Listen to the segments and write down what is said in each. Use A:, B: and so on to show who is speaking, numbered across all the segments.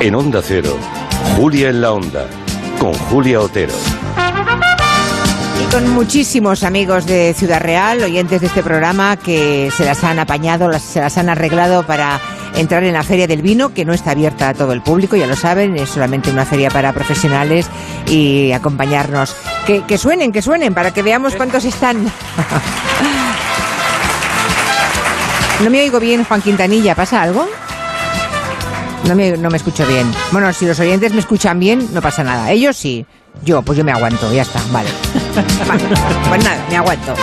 A: En Onda Cero, Julia en la Onda, con Julia Otero.
B: Y con muchísimos amigos de Ciudad Real, oyentes de este programa, que se las han apañado, las- se las han arreglado para entrar en la Feria del Vino, que no está abierta a todo el público, ya lo saben, es solamente una feria para profesionales y acompañarnos. Que, que suenen, que suenen, para que veamos cuántos están. No me oigo bien, Juan Quintanilla, ¿pasa algo? No me, no me escucho bien. Bueno, si los oyentes me escuchan bien, no pasa nada. Ellos sí. Yo, pues yo me aguanto, ya está, vale. Vale, pues nada, me aguanto.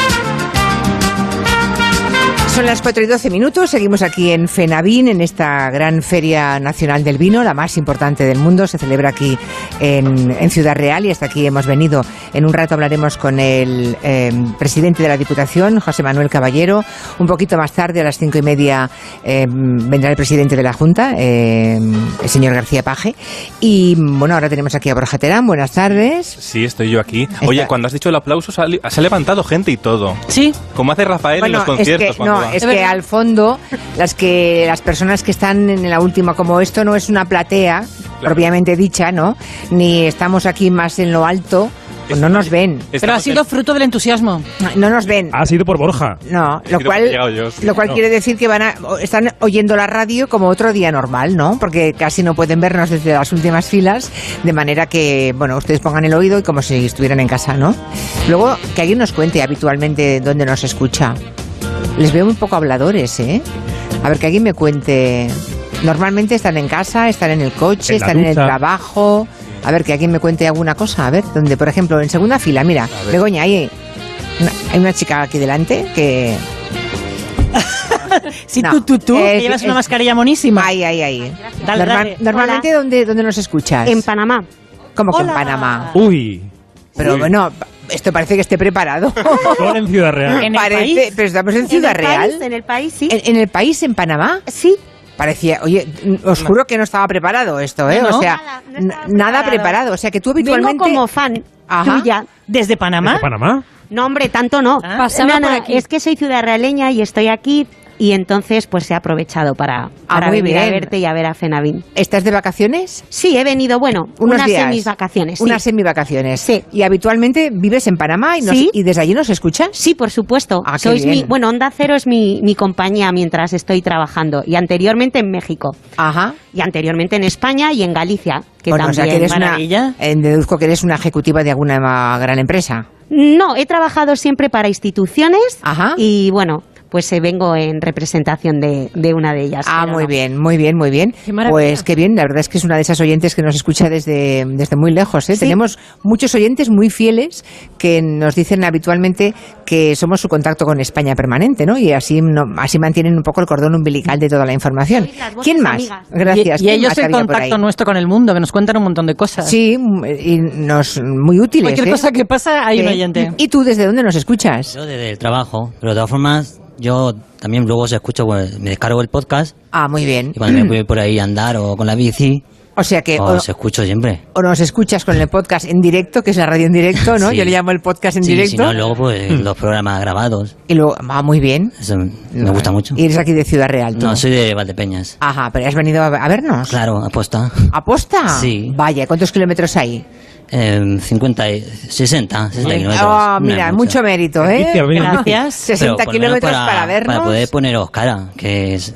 B: Son las 4 y 12 minutos, seguimos aquí en Fenavín, en esta gran feria nacional del vino, la más importante del mundo, se celebra aquí en, en Ciudad Real y hasta aquí hemos venido. En un rato hablaremos con el eh, presidente de la Diputación, José Manuel Caballero. Un poquito más tarde, a las cinco y media, eh, vendrá el presidente de la Junta, eh, el señor García Paje. Y bueno, ahora tenemos aquí a Borja Terán, buenas tardes.
C: Sí, estoy yo aquí. Oye,
B: Está-
C: cuando has dicho el aplauso, se ha, li- se ha levantado gente y todo.
D: Sí.
C: Como hace Rafael en los
B: es
C: conciertos.
B: que,
C: cuando
B: no,
C: va.
B: es
D: Es
B: que
D: verdad.
B: al fondo las que las personas que están en la última, como esto no es una platea propiamente dicha, ¿no? Ni estamos aquí más en lo alto, pues no nos ven,
D: Pero ha
C: Estamos
D: sido fruto del entusiasmo.
B: no nos ven.
C: Ah,
E: Ha sido por Borja.
B: No, lo cual,
C: sido porque he llegado yo, sí,
B: lo cual
E: no.
B: quiere decir que van a, o- están oyendo la radio como otro día normal, ¿no? Porque casi no pueden vernos desde las últimas filas, de manera que, bueno, ustedes pongan el oído y como si estuvieran en casa, ¿no? Luego, que alguien nos cuente habitualmente dónde nos escucha. Les veo muy poco habladores, ¿eh? A ver, que alguien me cuente. Normalmente están en casa, están en el coche,
E: En la
B: están en el
E: ducha.
B: trabajo. A ver, que alguien me cuente alguna cosa. A ver, donde, por ejemplo, en segunda fila, mira, Begoña, ahí una- hay una chica aquí delante que.
D: Sí,
B: No.
D: tú, tú, tú,
B: Eh,
D: que llevas
B: sí,
D: una
B: es-
D: mascarilla monísima.
B: Ahí, ahí, ahí.
D: Dale,
B: Norma-
D: dale.
B: Normalmente, ¿dónde, ¿dónde nos escuchas?
F: En Panamá.
B: Como que en
D: Hola.
B: Panamá.
E: Uy,
B: Pero bueno, esto parece que esté preparado.
E: solo en Ciudad Real.
D: En el
B: Parece-
D: país.
B: Pero estamos en
F: ¿En
B: Ciudad
F: el
B: Real.
F: país? en el país, sí.
B: ¿En, en el país, en Panamá?
F: Sí.
B: Parecía, oye, n- os juro que no estaba preparado esto, ¿eh?
D: No,
B: O
D: no.
B: sea,
F: Nada, no
B: n-
F: estaba
B: nada
F: preparado.
B: preparado. O sea, que tú
F: Vengo
B: habitualmente.
F: como fan
B: Ajá.
F: tuya.
D: ¿Desde Panamá?
E: ¿De Panamá?
F: No, hombre, tanto no.
D: Ah. Pasaba
F: Nana,
D: por aquí.
F: Es que soy ciudad realeña y estoy aquí y entonces pues he aprovechado para,
B: Ah,
F: para
B: muy
F: venir a
B: bien.
F: verte y a ver a Fenavín.
B: ¿Estás de vacaciones?
F: Sí, he venido, bueno,
B: Unos
F: unas
B: días.
F: semis vacaciones. sí.
B: Unas semivacaciones.
F: Sí.
B: Y habitualmente vives en Panamá y, nos-
F: Sí.
B: y desde allí nos escuchas.
F: Sí, por supuesto.
B: Ah, qué
F: Sois
B: bien.
F: mi, bueno, Onda Cero es mi, mi compañía mientras estoy trabajando y anteriormente en México
B: Ajá.
F: y anteriormente en España y en Galicia, que
B: Bueno, o sea,
F: también
B: que eres
D: maravilla.
B: una. eh, deduzco que eres una ejecutiva de alguna gran empresa.
F: No, he trabajado siempre para instituciones
B: Ajá.
F: y bueno, pues eh, vengo en representación de, de una de ellas.
B: Ah,
F: pero
B: muy
F: no.
B: bien, muy bien, muy bien.
D: Qué maravilla.
B: Pues qué bien, la verdad es que es una de esas oyentes que nos escucha desde, desde muy lejos. ¿eh? Tenemos muchos oyentes muy fieles que nos dicen habitualmente que somos su contacto con España permanente, ¿no? Y así, no, así mantienen un poco el cordón umbilical de toda la información.
F: Sois las voces
B: ¿Quién más?
F: amigas.
B: Gracias.
D: Y, y
B: ¿Quién
D: ellos
B: más
D: el
B: había por ahí?
D: contacto nuestro con el mundo, que nos cuentan un montón de cosas.
B: Sí, y nos, muy útiles.
D: Cualquier
B: ¿eh?
D: cosa que pasa, hay un
B: Sí.
D: oyente.
B: ¿Y tú desde dónde nos escuchas?
G: Yo desde el trabajo, pero de todas formas, yo también luego se escucho, pues, me descargo el podcast
B: Ah, muy bien.
G: y cuando me voy por ahí a andar o con la bici,
B: O sea que o-
G: os escucho siempre.
B: o nos escuchas con el podcast en directo, que es la radio en directo, ¿no?
G: Sí.
B: Yo le llamo el podcast en
G: Sí,
B: directo. Mm.
G: si no, luego pues los programas grabados,
B: Y luego, va muy bien.
G: eso me gusta mucho.
B: Y eres aquí de Ciudad Real, tú.
G: No, soy de Valdepeñas.
B: Ajá, pero has venido a, a vernos.
G: Claro, aposta.
B: ¿Aposta?
G: Sí.
B: Vaya, ¿cuántos kilómetros hay?
G: Eh, 50, y- 60, 60 kilómetros.
B: Ah,
G: No
B: mira,
G: es
B: mucho mérito, ¿eh?
E: Bici, a ver, bici.
D: Gracias.
G: Pero
B: 60
G: por lo menos
B: kilómetros para, vernos.
G: Para poder poneros cara, que es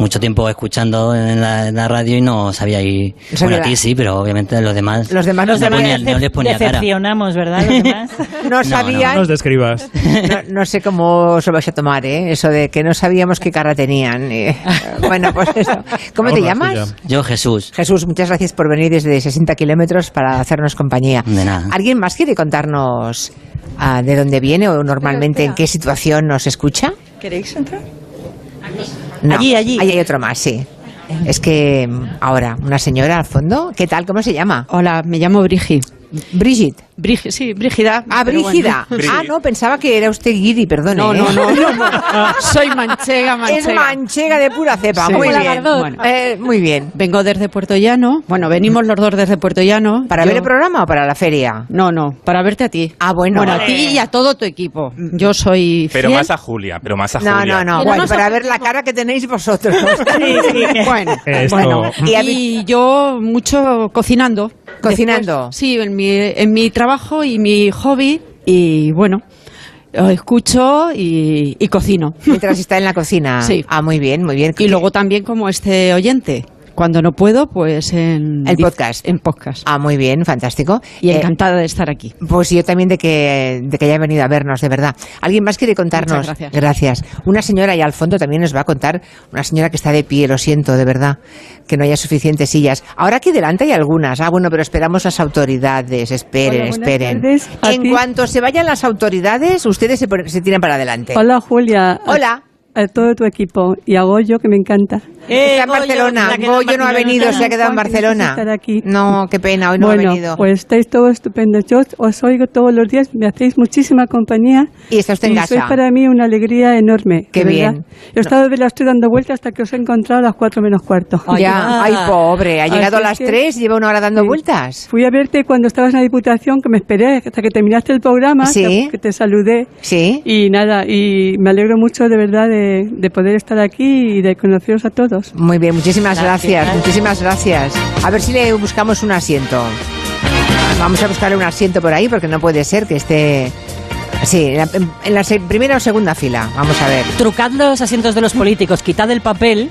G: mucho tiempo escuchando en la, en la radio y no sabía ir.
B: No sabía
G: bueno, a
B: la-
G: ti sí, pero obviamente los demás.
B: Los demás no
G: no,
B: sabían.
G: ponía- no les ponía cara.
D: Decepcionamos, ¿verdad? Los demás?
B: no
G: no,
B: sabían.
E: No nos describas.
B: No, no sé cómo se lo vais a tomar, ¿eh? Eso de que no sabíamos qué cara tenían. eh. Bueno, pues eso. ¿Cómo te
E: Ahora
B: llamas?
E: sí ya.
G: Yo, Jesús.
B: Jesús, muchas gracias por venir desde 60 kilómetros para hacernos compañía.
G: De nada.
B: ¿Alguien más quiere contarnos ah, de dónde viene o normalmente en qué situación nos escucha?
H: ¿Queréis entrar?
B: No.
D: Allí, allí.
B: Ahí hay otro más, sí. Es que mm, ahora, una señora al fondo, ¿qué tal? ¿Cómo se llama?
H: Hola, me llamo Brigi.
B: Brigitte.
H: Brígi- sí, Brígida.
B: Ah,
H: pero
B: Brígida.
H: bueno.
B: Ah, no, pensaba que era usted Guiri, perdone.
H: No,
B: ¿eh?
H: no, no, no, no. Soy manchega,
B: Es
H: manchega.
B: manchega de pura cepa.
H: Sí.
B: Muy,
H: Como la
B: bien.
H: Bardot.
B: Bueno, eh, muy bien.
H: Vengo desde Puerto Llano. Bueno, venimos los dos desde Puerto Llano.
B: ¿Para
H: Yo-
B: ver el programa o para la feria?
H: No, no, para verte a ti.
B: Ah, bueno.
H: Bueno, a
B: Vale.
H: ti y a todo tu equipo. Yo soy
C: Pero
H: fiel.
C: más a Julia, pero más a
B: No,
C: Julia.
B: no, no.
H: Que no
B: Bueno,
H: nos
B: para ver la cara que tenéis vosotros.
H: Bueno,
E: Esto-
H: bueno.
B: Y a mí-
H: Y yo mucho cocinando.
B: Cocinando.
H: Después, sí, en mi, en mi trabajo y mi hobby. Y bueno, eh, escucho y, y cocino.
B: Mientras está en la cocina.
H: Sí.
B: Ah, muy bien, muy bien.
H: Y luego también como este oyente. Cuando no puedo, pues en...
B: El podcast.
H: En podcast.
B: Ah, muy bien, fantástico.
H: Y
B: Eh,
H: encantada de estar aquí.
B: Pues yo también de que, de que haya venido a vernos, de verdad. ¿Alguien más quiere contarnos?
H: Muchas gracias.
B: Una señora allá al fondo también nos va a contar, una señora que está de pie, lo siento, de verdad, que no haya suficientes sillas. Ahora aquí delante hay algunas. Ah, bueno, pero esperamos las autoridades, esperen,
I: Hola, buenas
B: esperen.
I: tardes a
B: En
I: ti.
B: cuanto se vayan las autoridades, ustedes se, ponen- se tiran para adelante.
I: Hola Julia.
B: Hola.
I: A, a todo tu equipo y a Goyo que me encanta. Eh,
B: está en Barcelona. Goyo no ha venido, se ha quedado en
I: Juan, que
B: Barcelona.
I: necesita estar aquí.
B: No, qué pena, hoy no
I: bueno,
B: ha venido.
I: pues estáis todos estupendos. Yo os oigo todos los días, me hacéis muchísima compañía.
B: Y está usted en
I: y
B: casa.
I: sois para mí una alegría enorme.
B: Qué
I: de verdad.
B: bien.
I: Yo he estado de la estoy dando vueltas hasta que os he encontrado a las cuatro menos cuarto.
B: ya, ay, pobre, ha
I: Así
B: llegado a
I: es
B: las
I: que-
B: tres y lleva una hora dando
I: Sí.
B: vueltas.
I: Fui a verte cuando estabas en la Diputación, que me esperé hasta que terminaste el programa,
B: Sí.
I: que- que te saludé.
B: Sí.
I: Y nada, y me alegro mucho de verdad de, de poder estar aquí y de conoceros a todos.
B: Muy bien, muchísimas gracias, muchísimas gracias. A ver si le buscamos un asiento. Vamos a buscarle un asiento por ahí porque no puede ser que esté... Sí, en la, en la se- primera o segunda fila, vamos a ver.
D: Trucad los asientos de los políticos, quitad el papel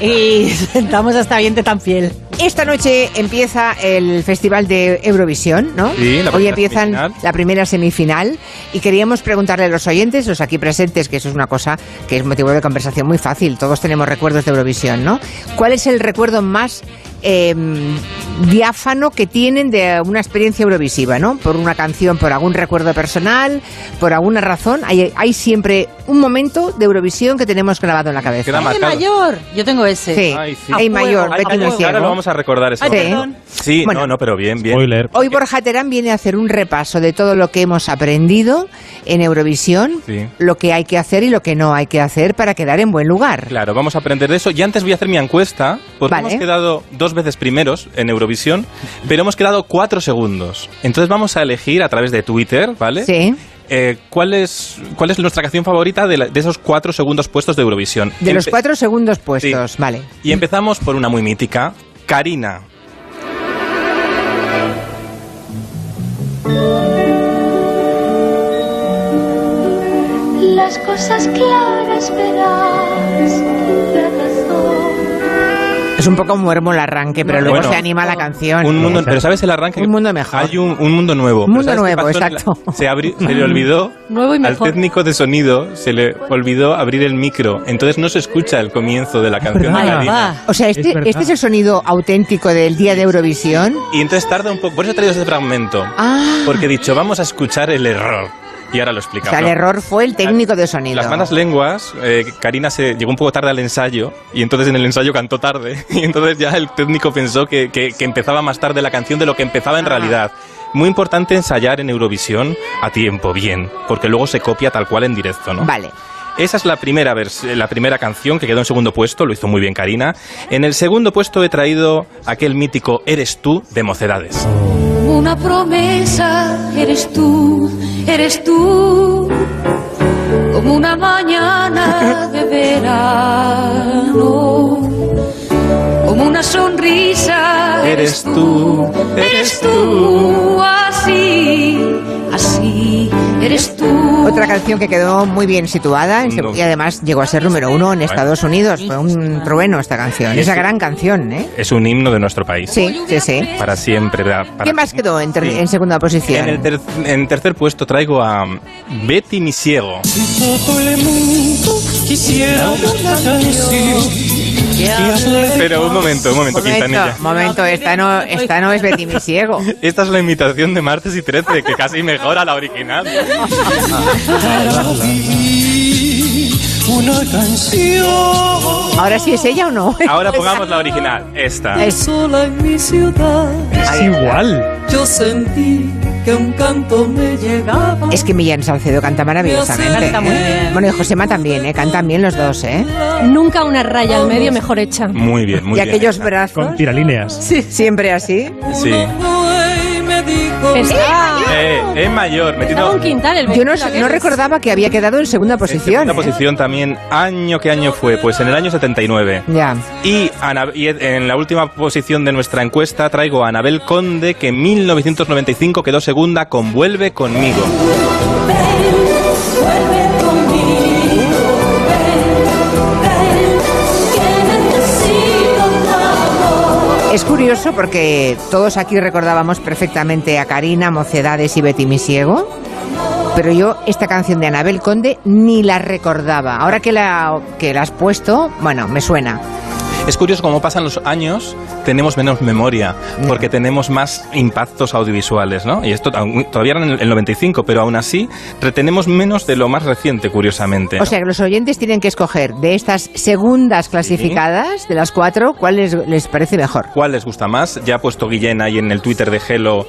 D: y sentamos a esta oyente tan fiel.
B: Esta noche empieza el Festival de Eurovisión, ¿no?
C: Sí, la
B: Hoy
C: primera
B: empiezan
C: semifinal.
B: la primera semifinal y queríamos preguntarle a los oyentes, los aquí presentes, que eso es una cosa que es motivo de conversación muy fácil, todos tenemos recuerdos de Eurovisión, ¿no? ¿Cuál es el recuerdo más eh, diáfano que tienen de una experiencia eurovisiva, ¿no? Por una canción, por algún recuerdo personal, por alguna razón, hay, hay siempre un momento de Eurovisión que tenemos grabado en la cabeza.
C: Queda marcado.
D: mayor! Yo tengo ese.
B: Sí,
C: Ay, sí.
B: Ah, hay mayor,
C: Ay,
B: Betty
C: ay,
B: no es ciego.
C: Ahora lo vamos a recordar eso.
D: Ay,
B: Sí.
D: perdón.
C: Sí,
B: Bueno.
C: no, no, pero bien, bien.
E: Spoiler.
B: Hoy Borja Terán viene a hacer un repaso de todo lo que hemos aprendido en Eurovisión,
C: Sí.
B: lo que hay que hacer y lo que no hay que hacer para quedar en buen lugar.
C: Claro, vamos a aprender de eso. Y antes voy a hacer mi encuesta, porque
B: Vale.
C: hemos quedado dos veces primeros en Eurovisión, pero hemos quedado cuatro segundos. Entonces vamos a elegir a través de Twitter, ¿vale?
B: Sí.
C: Eh, ¿cuál, es, ¿Cuál es nuestra canción favorita de, la- de esos cuatro segundos puestos de Eurovisión?
B: De los
C: Empe-
B: cuatro segundos puestos, vale.
C: Y empezamos por una muy mítica, Karina.
J: Las cosas claras verás la razón.
B: Es un poco muermo el arranque, pero luego
C: Bueno,
B: se anima la canción.
C: Un mundo, pero ¿sabes el arranque?
B: Un mundo mejor.
C: Hay un, un mundo nuevo.
B: Un
C: Pero
B: mundo
C: ¿sabes qué
B: nuevo,
C: pasó?
B: exacto.
C: Se, abri- se le olvidó
H: Nuevo y
C: al
H: mejor.
C: técnico de sonido, se le olvidó abrir el micro. Entonces no se escucha el comienzo de la canción de
B: Ah,
E: Ay,
C: Karina.
B: O sea, este
E: Es
B: es,
E: verdad.
B: este es el sonido auténtico del día de Eurovisión.
C: Y entonces tarda un poco. Por eso he traído ese fragmento.
B: Ah.
C: Porque he dicho, vamos a escuchar el error. Y ahora lo
B: O
C: explicamos.
B: sea, el error fue el técnico de sonido.
C: Las malas lenguas, eh, Karina se llegó un poco tarde al ensayo y entonces en el ensayo cantó tarde y entonces ya el técnico pensó que, que- que empezaba más tarde la canción de lo que empezaba en
B: Ah.
C: realidad. Muy importante ensayar en Eurovisión a tiempo, bien, porque luego se copia tal cual en directo, ¿no?
B: Vale.
C: Esa es la primera, vers- eh, la primera canción que quedó en segundo puesto, lo hizo muy bien Karina. En el segundo puesto he traído aquel mítico Eres tú de Mocedades.
J: Una promesa eres tú, eres tú. Como una mañana de verano. Como una sonrisa
C: Eres tú, eres
J: eres tú. Así, así, eres tú.
B: Otra canción que quedó muy bien situada en Sev-
C: No.
B: y además llegó a ser número uno en Estados Unidos. Fue un trueno esta canción.
C: Y
B: Esa
C: es-
B: gran canción, ¿eh?
C: Es un himno de nuestro país.
B: Sí, sí, sí.
C: Para siempre. ¿verdad? Para
B: ¿Qué más quedó en, ter-
C: Sí.
B: en segunda posición?
C: En, el ter- en tercer puesto traigo a Betty Mi Ciego. Pero un momento, un momento, Quintanilla.
B: momento, momento, esta no, esta no es Betty mi ciego.
C: Esta es la imitación de Martes y 13, que casi mejora la original.
K: una canción.
B: Ahora sí es ella o no.
C: Ahora pongamos la original, esta.
K: Sola en mi ciudad.
E: Es igual.
K: Yo sentí que un canto me llegaba.
B: Es que Millán Salcedo canta maravillosamente.
L: Canta muy bien.
B: Bueno, y Josema también, ¿eh? Cantan bien los dos, ¿eh?
L: Nunca una raya al medio mejor hecha.
C: Muy bien, muy
B: y
C: bien.
B: aquellos brazos.
E: Con tiralíneas.
B: Sí, siempre así.
C: Sí.
L: Pesado.
C: Eh, es mayor,
L: Estaba
C: metido
L: un quintal el
B: Ah, Yo no,
L: Benito, ¿ves?
B: no recordaba que había quedado en segunda
C: en
B: posición.
C: segunda
B: ¿eh?
C: posición también. ¿Año qué año fue? Pues en el año 79.
B: Ya.
C: Y, Ana- y en la última posición de nuestra encuesta traigo a Anabel Conde, que en 1995 quedó segunda con Vuelve conmigo.
B: Es curioso porque todos aquí recordábamos perfectamente a Karina, Mocedades y Betty Misiego. Pero yo esta canción de Anabel Conde ni la recordaba. Ahora que la, que la has puesto, bueno, me suena.
C: Es curioso cómo pasan los años, tenemos menos memoria, porque tenemos más impactos audiovisuales, ¿no? Y esto aún- todavía era en el 95, pero aún así retenemos menos de lo más reciente, curiosamente. ¿no?
B: O sea, que los oyentes tienen que escoger de estas segundas clasificadas, de las cuatro, cuál les, les parece mejor.
C: ¿Cuál les gusta más? Ya ha puesto Guillena ahí en el Twitter de Gelo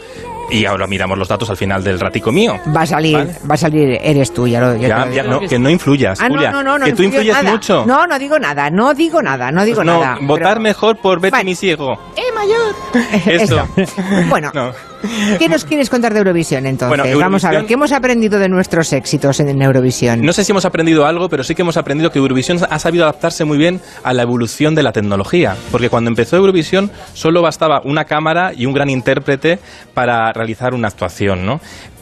C: y ahora miramos los datos al final del ratico mío.
B: Va a salir,
C: Vale.
B: va a salir, eres tú, ya lo ya te
C: Ya,
B: lo
C: ya,
B: digo.
C: no, que no influyas,
B: Ah, no,
C: Julia,
B: no, no, no
C: que tú
B: influyo
C: influyes
B: nada.
C: mucho.
B: No, no digo nada, no digo nada, no digo
C: Pues no,
B: nada. pero-
C: votar mejor por Betty
B: Vale.
C: Misiego.
B: ¡Eh, mayor!
C: Eso.
B: Bueno,
C: No.
B: ¿Qué nos quieres contar de Eurovisión entonces?
C: Bueno, Eurovisión-
B: Vamos a ver, ¿qué hemos aprendido de nuestros éxitos en Eurovisión?
C: No sé si hemos aprendido algo, pero sí que hemos aprendido que Eurovisión ha sabido adaptarse muy bien a la evolución de la tecnología. Porque cuando empezó Eurovisión solo bastaba una cámara y un gran intérprete para realizar una actuación, ¿no?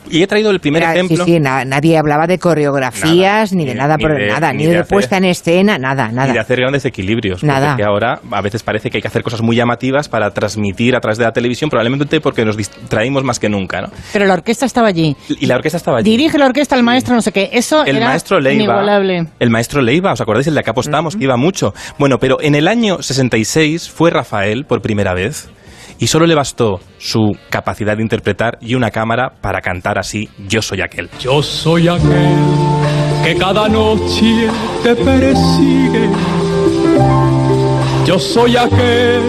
C: Y he traído el primer
B: Era- Ah, sí,
C: ejemplo.
B: sí, na- nadie hablaba de coreografías,
C: Nada,
B: ni de
C: ni-
B: nada
C: ni
B: por
C: de-
B: nada,
C: ni
B: ni,
C: de
B: de
C: hacer-
B: puesta en escena, nada,
C: y de
B: nada.
C: hacer grandes equilibrios.
B: Nada.
C: Porque ahora a veces parece que hay que hacer cosas muy llamativas para transmitir a través de la televisión, probablemente porque nos distraímos más que nunca. ¿no?
M: Pero la orquesta estaba allí.
C: Y la orquesta estaba allí.
M: Dirige la orquesta el maestro, no sé qué. Eso
C: el
M: era
C: maestro Leiva.
M: inigualable.
C: El maestro Leiva, ¿os acordáis? El de acá apostamos, que iba mucho. Bueno, pero en el año 66 fue Rafael por primera vez y solo le bastó su capacidad de interpretar y una cámara para cantar así Yo soy aquel.
K: Yo soy aquel que cada noche te persigue. Yo soy aquel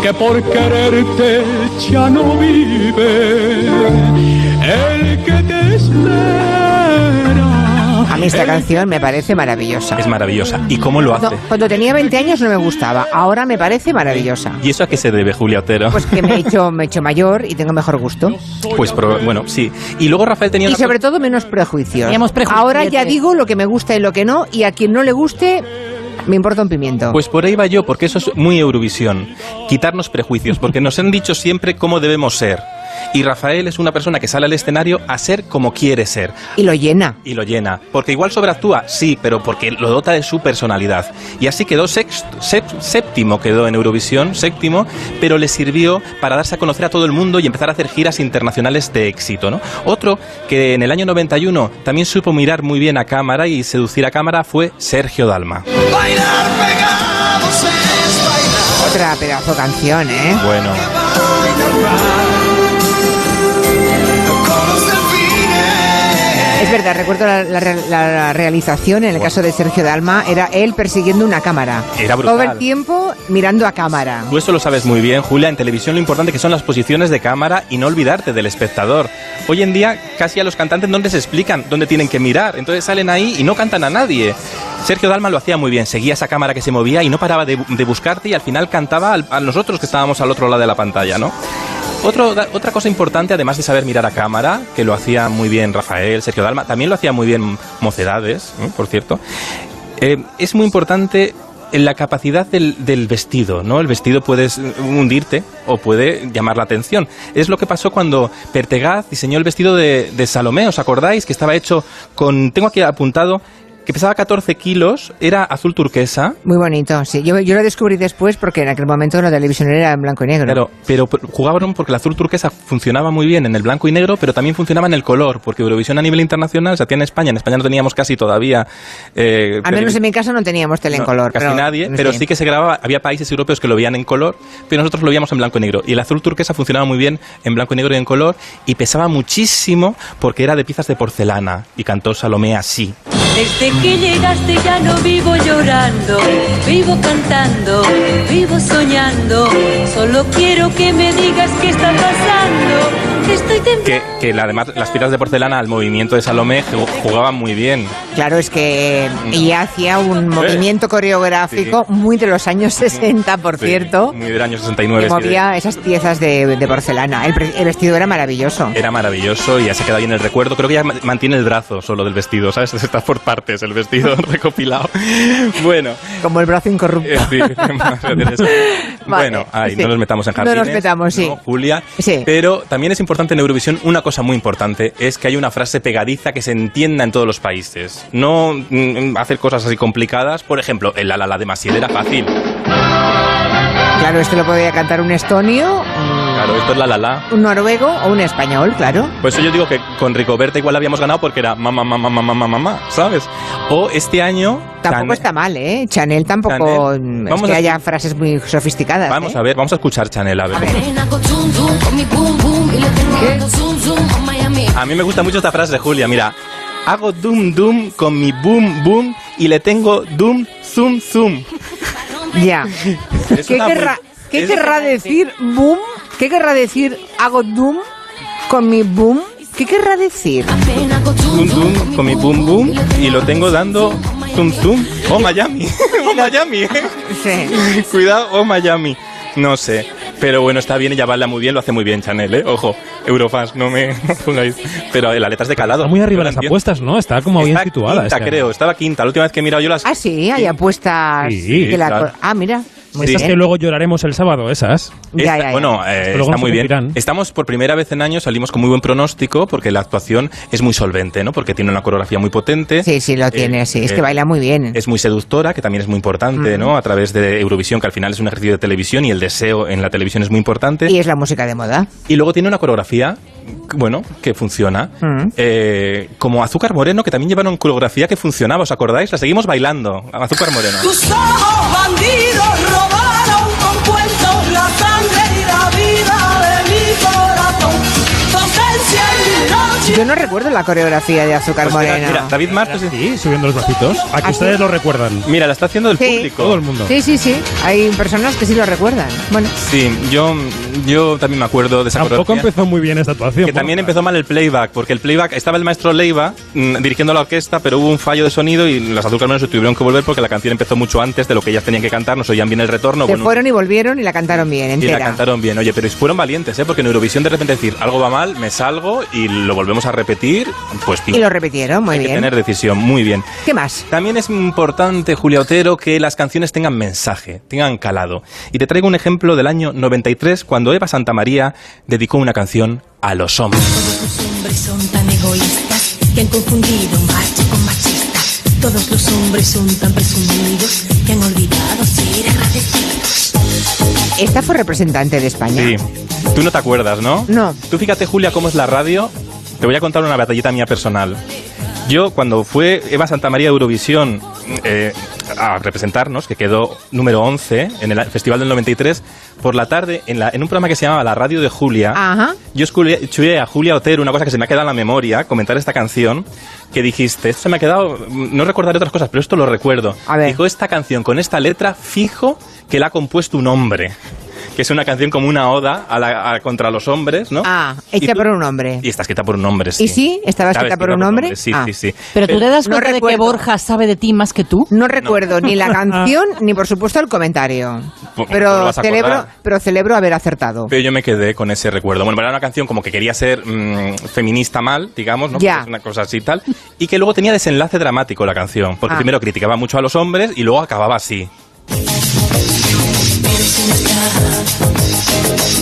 K: que por quererte ya no vive. El que te espera.
B: A mí esta canción me parece maravillosa.
C: Es maravillosa. ¿Y cómo lo hace?
B: Cuando, cuando tenía 20 años no me gustaba, ahora me parece maravillosa.
C: ¿Y eso a qué se debe, Julia Otero?
B: Pues que me he hecho, me he hecho mayor y tengo mejor gusto.
C: Pues, pro- bueno, sí. Y luego Rafael tenía
B: Y
C: una
B: sobre todo menos prejuicios.
M: Teníamos prejuicios.
B: Ahora ya digo lo que me gusta y lo que no, y a quien no le guste, me importa un pimiento.
C: Pues por ahí va yo, porque eso es muy Eurovisión. Quitarnos prejuicios, porque nos han dicho siempre cómo debemos ser. Y Rafael es una persona que sale al escenario a ser como quiere ser.
B: y lo llena.
C: Y lo llena. Porque igual sobreactúa, sí, pero porque lo dota de su personalidad. Y así quedó sexto- sep- séptimo, quedó en Eurovisión, séptimo, pero le sirvió para darse a conocer a todo el mundo y empezar a hacer giras internacionales de éxito. ¿no? Otro que en el año 91 también supo mirar muy bien a cámara y seducir a cámara fue Sergio Dalma.
K: Bailar pegados es bailar.
B: Otra pedazo de canción, ¿eh?
C: Bueno.
B: Es verdad, recuerdo la, la re- la realización en el caso de Sergio Dalma, era él persiguiendo una cámara.
C: Era brutal.
B: Todo el tiempo mirando a cámara.
C: Tú eso lo sabes muy bien, Julia. En televisión lo importante que son las posiciones de cámara y no olvidarte del espectador. Hoy en día casi a los cantantes no les explican dónde tienen que mirar. Entonces salen ahí y no cantan a nadie. Sergio Dalma lo hacía muy bien. Seguía esa cámara que se movía y no paraba de, de buscarte y al final cantaba al- a nosotros que estábamos al otro lado de la pantalla, ¿no? Otro, da- otra cosa importante, además de saber mirar a cámara, que lo hacía muy bien Rafael, Sergio Dalma, también lo hacía muy bien Mocedades, ¿eh? por cierto, eh, es muy importante la capacidad del, del vestido, ¿no? El vestido puede s- hundirte o puede llamar la atención. Es lo que pasó cuando Pertegaz diseñó el vestido de, de Salomé, ¿os acordáis? Que estaba hecho con, tengo aquí apuntado, que pesaba 14 kilos, era azul turquesa,
B: Muy bonito, sí. Yo, yo lo descubrí después porque en aquel momento la televisión era en blanco y negro.
C: Claro, pero pr- jugaban porque el azul turquesa funcionaba muy bien en el blanco y negro, pero también funcionaba en el color, porque Eurovisión a nivel internacional se hacía en España. En España no teníamos casi todavía. Eh,
B: Al menos
C: televis-
B: en mi caso no teníamos tele en
C: no,
B: color.
C: Casi
B: pero-
C: nadie, pero sí. que se grababa. Había países europeos que lo veían en color, pero nosotros lo veíamos en blanco y negro. Y el azul turquesa funcionaba muy bien en blanco y negro y en color, y pesaba muchísimo porque era de piezas de porcelana, y cantó Salomé así.
N: Desde que llegaste ya no vivo llorando, vivo cantando, vivo soñando. Solo quiero que me digas qué está pasando. Estoy temblando.
C: Que, que la- además las piedras de porcelana al movimiento de Salomé ju- jugaban muy bien.
B: Claro, es que ella hacía un movimiento coreográfico muy de los años 60, por
C: Sí,
B: cierto,
C: Muy del año 69.
B: que
C: es que
B: movía esas piezas de, de porcelana. El, pre- el vestido era maravilloso.
C: Era maravilloso y ya se queda bien el recuerdo. Creo que ya ma- mantiene el brazo solo del vestido, ¿sabes? Está por partes el vestido recopilado. Bueno.
B: Como el brazo incorrupto.
C: Eh, sí, más o menos. bueno, ay,
B: sí.
C: no nos metamos en
B: No
C: jardines.
B: nos metamos, sí.
C: ¿no, Julia. Pero también es importante en Eurovisión una cosa muy importante, es que hay una frase pegadiza que se entienda en todos los países. No mm, hacer cosas así complicadas. Por ejemplo, el la la la de Maciel era fácil.
B: Claro, esto lo podía cantar un estonio, mm,
C: Claro, esto es la la la.
B: un noruego o un español, claro.
C: Por eso yo digo que con Ricoberta igual habíamos ganado porque era mamá, mamá, mamá, mamá, mamá, ¿sabes? O este año...
B: Tampoco
C: tan-
B: está mal, ¿eh? Chanel tampoco
C: Chanel.
B: mm, es
C: Vamos
B: que
C: a-
B: haya frases muy sofisticadas. ¿eh?
C: Vamos a ver, vamos a escuchar Chanel, a ver. A mí me gusta mucho esta frase de Julia, mira. Hago dum dum con mi boom boom y le tengo dum zoom zoom.
B: Ya.
C: Es
B: ¿Qué
C: una muy-
B: querrá, qué
C: es-
B: querrá decir boom? ¿Qué querrá decir hago doom con mi boom? ¿Qué querrá decir?
C: Dum dum con mi boom boom y lo tengo dando zoom zoom. Oh Miami, oh Miami. Cuidado, oh Miami. No sé. Pero bueno, está bien, ella baila muy bien, lo hace muy bien Chanel, ¿eh? Ojo, Eurofans, no me pongáis. Pero eh, la letra es de calado.
E: Está muy arriba
C: Yo la
E: las
C: entiendo.
E: apuestas, ¿no? Está como bien situada.
C: Quinta,
E: este año.
C: creo, estaba quinta. La última vez que he mirado yo las.
B: Ah, sí, hay apuestas.
E: Sí,
B: que la
E: claro.
B: co- Ah, mira. Muy
E: Esas
B: bien.
E: que luego lloraremos el sábado, esas.
B: Ya, ya, ya.
C: Bueno, eh,
E: Luego
C: está
E: nos
C: muy bien.
E: sentirán.
C: Estamos por primera vez en años, salimos con muy buen pronóstico porque la actuación es muy solvente, ¿no? Porque tiene una coreografía muy potente.
B: Sí, sí, lo tiene, sí. Es que baila muy bien.
C: eh, Es muy seductora, que también es muy importante,
B: Mm.
C: ¿no? A través de Eurovisión, que al final es un ejercicio de televisión y el deseo en la televisión es muy importante.
B: Y es la música de moda.
C: Y luego tiene una coreografía, bueno, que funciona.
B: Mm.
C: Eh, como Azúcar Moreno, que también llevaron coreografía que funcionaba, ¿os acordáis? La seguimos bailando, Azúcar Moreno.
O: Tus ojos bandidos robaron con cuentos la sangre y la vida de mi corazón. Tu ausencia en mi noche.
B: Yo no recuerdo la coreografía de Azúcar
C: Pues mira,
B: Moreno.
C: mira, David Martos
E: Sí, subiendo los bracitos. A que
B: Así.
E: ustedes lo recuerdan.
C: Mira, la está haciendo el
B: Sí.
C: público.
E: Todo el mundo.
B: Sí, sí, sí. Hay personas que sí lo recuerdan. Bueno,
C: Sí, yo, yo también me acuerdo de esa
E: Tampoco
C: coreografía.
E: empezó muy bien esta actuación.
C: Que también empezó mal el playback, porque el playback estaba el maestro Leiva mm, dirigiendo la orquesta, pero hubo un fallo de sonido y las azúcar Moreno se tuvieron que volver porque la canción empezó mucho antes de lo que ellas tenían que cantar, no se oían bien el retorno.
B: se
C: bueno,
B: fueron y volvieron y la cantaron bien,
C: y la
B: entera.
C: cantaron bien, oye, pero fueron valientes, ¿eh? Porque en Eurovisión de repente decir algo va mal, me salgo y lo volvemos a repetir, pues
B: Y lo repitieron, muy
C: hay que
B: bien.
C: tener decisión, muy bien.
B: ¿Qué más?
C: También es importante, Julia Otero, que las canciones tengan mensaje, tengan calado. Y te traigo un ejemplo del año 93, cuando Eva Santamaría dedicó una canción a los hombres.
P: hombres son tan egoístas que han confundido macho con machista. Todos los hombres son tan presumidos que han olvidado ser agradecidos.
B: Esta fue representante de España.
C: Sí. Tú no te acuerdas, ¿no?
B: No.
C: Tú fíjate, Julia, cómo es la radio. Te voy a contar una batallita mía personal. Yo, cuando fue Eva Santamaría a Eurovisión eh, a representarnos, que quedó número 11 en el Festival del 93, por la tarde, en, la- en un programa que se llamaba La Radio de Julia,
B: Ajá.
C: yo escuché escuché a Julia Otero una cosa que se me ha quedado en la memoria, comentar esta canción, que dijiste, esto se me ha quedado, no recordaré otras cosas, pero esto lo recuerdo. Dijo esta canción con esta letra fijo que la ha compuesto un hombre, que es una canción como una oda a la- a- contra los hombres, ¿no?
B: Ah, hecha
C: tú-
B: por un hombre.
C: Y está escrita por un hombre, sí.
B: ¿Y sí? ¿Estaba escrita por un hombre?
C: Sí,
B: Ah.
C: sí, sí.
M: Pero tú te das
B: No
M: cuenta de que
B: recuerdo.
M: Borja sabe de ti más que tú.
B: No recuerdo ni la canción ni por supuesto el comentario.
C: Pues, ¿cómo lo
B: Pero
C: vas a
B: celebro,
C: acordar?
B: pero celebro haber acertado.
C: Pero yo me quedé con ese recuerdo. Bueno, era una canción como que quería ser mm, feminista mal, digamos, ¿no?
B: Ya.
C: Porque es una cosa así y tal. Y que luego tenía desenlace dramático la canción. Porque
B: Ah.
C: primero criticaba mucho a los hombres y luego acababa así.
P: Pero si no está,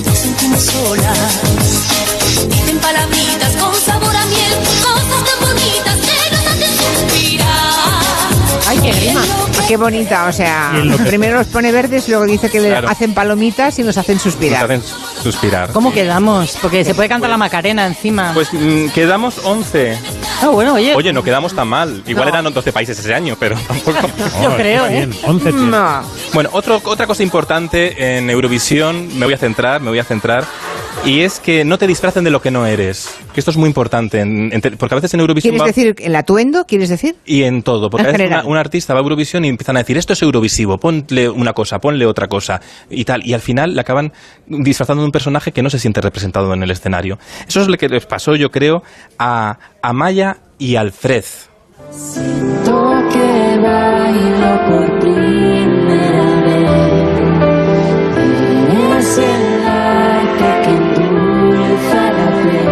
P: nos sentimos solas. Dicen palabritas con sabor a miel, cosas tan bonitas que nos hacen suspirar.
B: Ay, qué rima. Qué bonita, o sea,
C: Y enloquece.
B: primero los pone verdes, luego dice que
C: Claro.
B: hacen palomitas y nos hacen suspirar.
C: Nos hacen suspirar.
M: ¿Cómo quedamos? Porque se puede cantar la Macarena encima.
C: Pues mm, quedamos 11.
B: Pues,
M: Ah, bueno, oye.
C: Oye, no quedamos tan mal. Igual
M: No.
C: eran 12 países ese año, pero tampoco.
M: Yo creo, ¿eh?
C: Mm. Bueno, otro, otra cosa importante en Eurovisión, me voy a centrar, me voy a centrar, Y es que no te disfracen de lo que no eres. Que esto es muy importante. en- en te- porque a veces en Eurovisión.
B: ¿Quieres
C: va-
B: decir el atuendo? ¿Quieres decir?
C: Y en todo, porque
B: En
C: a veces una-
B: general.
C: un artista va a Eurovisión y empiezan a decir esto es Eurovisivo, ponle una cosa, ponle otra cosa y tal. Y al final le acaban disfrazando de un personaje que no se siente representado en el escenario. Eso es lo que les pasó, yo creo, a Amaya y Alfred.
P: que bailo por primera vez. en la que endulza la piel.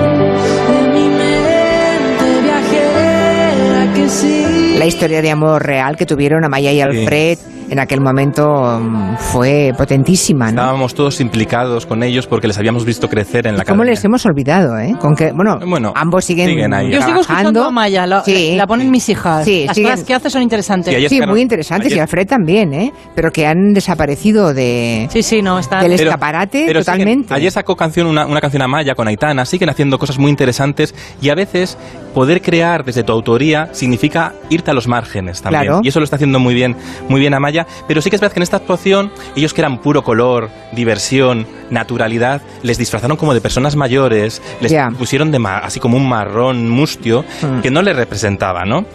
P: En mi mente viajera que sí.
B: La historia de amor real que tuvieron Amaya y Alfred en aquel momento mm, fue potentísima, ¿no?
C: Estábamos todos implicados con ellos porque les habíamos visto crecer en la
B: ¿Cómo
C: academia.
B: les hemos olvidado, eh? Con que, bueno,
C: Bueno,
B: ambos siguen,
C: siguen ahí.
M: Yo sigo escuchando a Maya, la, la ponen mis hijas.
B: pues, Sí,
M: Las
B: siguen-
M: cosas que hace son interesantes.
B: Sí, muy interesantes y
M: ayer-
B: Alfred también, ¿eh? Pero que han desaparecido de
M: Sí, sí, no, está.
B: del escaparate
C: pero siguen-
B: totalmente.
C: ayer sacó canción una, una canción a Maya con Aitana, siguen haciendo cosas muy interesantes y a veces poder crear desde tu autoría significa irte a los márgenes también.
B: Claro.
C: Y eso lo está haciendo muy bien, muy bien Amaya. Pero sí que es verdad que en esta actuación, ellos que eran puro color, diversión, naturalidad, les disfrazaron como de personas mayores, les pusieron de ma- así como un marrón mustio
B: Mm.
C: que no les representaba, ¿no?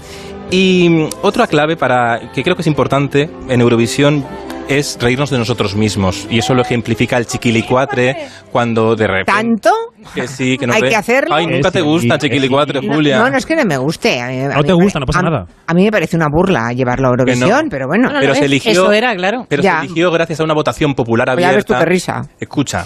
C: Y mm, otra clave para que creo que es importante en Eurovisión es reírnos de nosotros mismos. Y eso lo ejemplifica el chiquilicuatre cuando de repente...
B: ¿Tanto?
C: Que sí, que no
B: ¿Hay
C: ve-
B: que hacerlo?
C: Ay, nunca te gusta, chiquilicuatre,
B: No,
C: Julia.
B: No, no es que no me guste. A mí- a
C: No
B: mí
C: te
B: me
C: gusta,
B: pare-
C: no pasa
B: a-
C: nada.
B: A mí me parece una burla llevarlo a Eurovisión, pero bueno.
C: Pero se eligió, Pero
B: Ya.
C: se eligió gracias a una votación popular
B: Pues ya
C: abierta.
B: ves tú qué risa.
C: Escucha.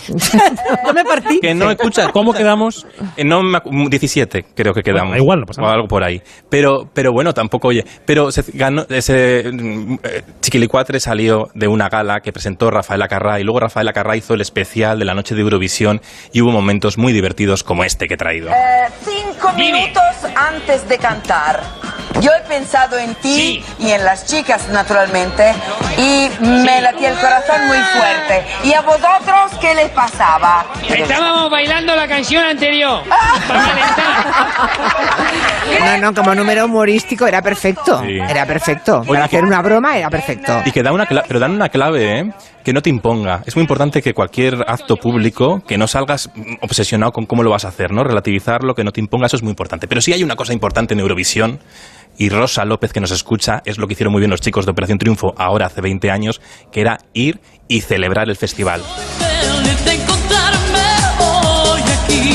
M: Yo me partí.
C: Que no escucha. ¿Cómo quedamos? Eh, no, me acu- 17 creo que quedamos. igual, O algo por ahí. Pero, pero bueno, tampoco, oye. Pero se ganó, ese mm, eh, Chiquilicuatre salió de una gala que presentó Rafael Acarrá y luego Rafael Acarrá hizo el especial de la noche de Eurovisión y hubo momentos muy divertidos como este que he traído.
Q: cinco minutos antes de cantar. Yo he pensado en ti y en las chicas, naturalmente, y me latía el corazón muy fuerte. ¿Y a vosotros qué les pasaba?
R: Estábamos bailando la canción anterior.
B: No, no, como número humorístico era perfecto.
C: Sí.
B: Era perfecto.
C: Oye,
B: Para
C: que-
B: hacer una broma era perfecto.
C: Y que da una clave, pero dan una clave, ¿eh? Que no te imponga. Es muy importante que cualquier acto público, que no salgas mm, obsesionado con cómo lo vas a hacer, ¿no? Relativizarlo, que no te imponga, eso es muy importante. Pero sí hay una cosa importante en Eurovisión, y Rosa López, que nos escucha, es lo que hicieron muy bien los chicos de Operación Triunfo ahora hace 20 años, que era ir y celebrar el festival.
P: de encontrarme hoy aquí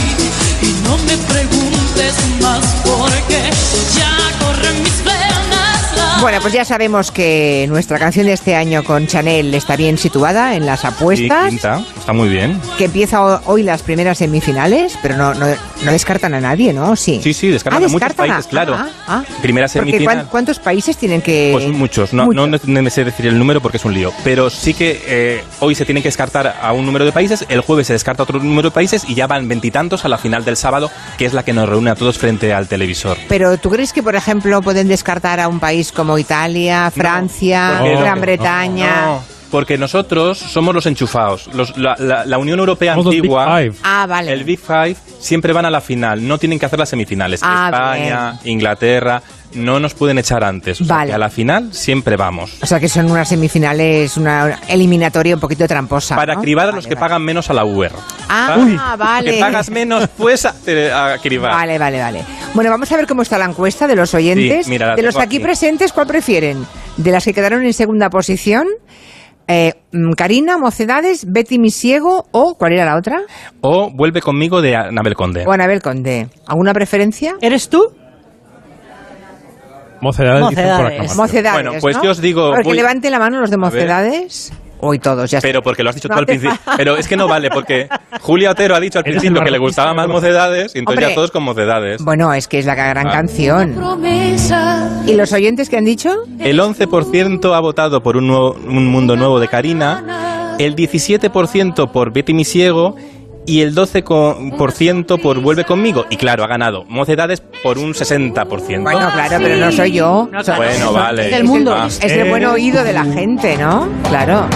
P: y no me preguntes más por qué ya corren mis venas la
B: Bueno, pues ya sabemos que nuestra canción de este año con Chanel está bien situada en las apuestas.
C: Sí, quinta, está muy bien.
B: que empieza ho- hoy las primeras semifinales, pero no, no, no descartan a nadie, ¿no? Sí,
C: Sí, sí, descartan
B: Ah,
C: a muchos
B: descartan a-
C: países, claro.
B: ah, ah, ah.
C: Primera
B: Porque
C: semifinal.
B: ¿cuán- ¿Cuántos países tienen que...?
C: Pues muchos, no, no me sé decir el número porque es un lío. Pero sí que eh, hoy se tiene que descartar a un número de países, el jueves se descarta otro número de países y ya van veintitantos a la final del sábado, que es la que nos reúne a todos frente al televisor.
B: Pero ¿tú crees que, por ejemplo, pueden descartar a un país como Italia, Francia,
C: porque-
B: Gran
C: no,
B: Bretaña?
C: no, porque nosotros somos los enchufados. Los- la, la- la Unión Europea antigua,
B: Ah, vale.
C: el Big Five, siempre van a la final, no tienen que hacer las semifinales.
B: Ah,
C: España, Inglaterra, no nos pueden echar antes. O sea,
B: Vale.
C: que a la final siempre vamos.
B: O sea que son unas semifinales, una eliminatoria un poquito tramposa.
C: Para
B: ¿no?
C: cribar a los que pagan menos a la E Uber.
B: Ah,
C: ¿Sabes?
B: vale.
C: Que pagas menos, pues a, eh, a cribar.
B: Vale, vale, vale. Bueno, vamos a ver cómo está la encuesta de los oyentes.
C: Sí, mira, la
B: de los
C: tengo
B: aquí
C: aquí.
B: presentes, ¿cuál prefieren? De las que quedaron en segunda posición, eh, mm, Karina, Mocedades, Betty Misiego o, ¿cuál era la otra?
C: O vuelve conmigo de Anabel Conde.
B: O Anabel Conde. ¿Alguna preferencia?
M: ¿Eres tú?
E: Mocedades, dicen por acá.
B: Mocedades. Mocedades,
C: Bueno, pues
B: ¿no?
C: yo os digo.
B: Porque
C: voy-
B: levante la mano los de
C: A ver.
B: Mocedades. Hoy todos, ya
C: Pero porque lo has dicho
B: No
C: tú al
B: hace
C: principio.
B: falta.
C: Pero es que no vale, porque Julia Otero ha dicho al principio que le gustaba más mocedades, y entonces
B: Hombre.
C: ya todos con mocedades.
B: Bueno, es que es la gran
C: Ah.
B: canción.
J: promesa.
B: ¿Y los oyentes qué han dicho?
C: El 11% ha votado por un, nuevo- un mundo nuevo de Karina, el 17% por Betty Misiego y el 12% por Vuelve conmigo. Y claro, ha ganado Mocedades por un 60%.
B: Bueno, claro, pero Ah, no soy yo. Soy-
C: Bueno, vale.
B: Es del mundo.
C: Ah,
B: Es el buen oído de la gente, ¿no? Claro.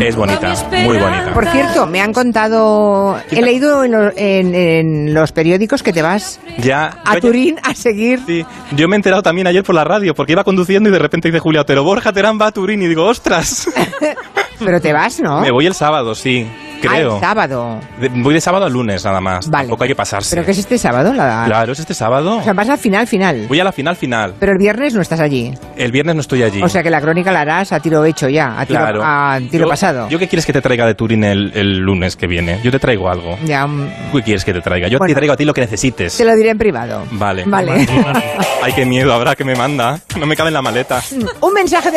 C: Es bonita, muy bonita.
B: Por cierto, me han contado, he leído en, lo- en- en los periódicos que te vas
C: Ya,
B: a
C: yo-
B: Turín a seguir.
C: Sí, yo me he enterado también ayer por la radio, porque iba conduciendo y de repente dice Julia Otero, Borja Terán va a Turín y digo, ostras.
B: Pero te vas, ¿no?
C: Me voy el sábado, sí. creo.
B: Ah, el sábado.
C: De- voy de sábado a lunes nada más. Tampoco hay que pasarse.
B: ¿Pero qué es este sábado? La-
C: Claro, es este sábado.
B: O sea, vas al final, final.
C: Voy a la final final.
B: Pero el viernes no estás allí.
C: El viernes no estoy allí.
B: O sea que la crónica la harás a tiro hecho ya, a tiro,
C: claro.
B: a tiro
C: Yo-
B: pasado.
C: ¿Yo qué quieres que te traiga de Turín el, el lunes que viene? Yo te traigo algo.
B: Ya, mm,
C: ¿Qué quieres que te traiga? Yo
B: Bueno.
C: te traigo a ti lo que necesites.
B: te lo diré en privado.
C: Vale.
B: Vale.
C: Ay, qué miedo habrá que me manda. No me cabe en la maleta.
B: Un mensaje de la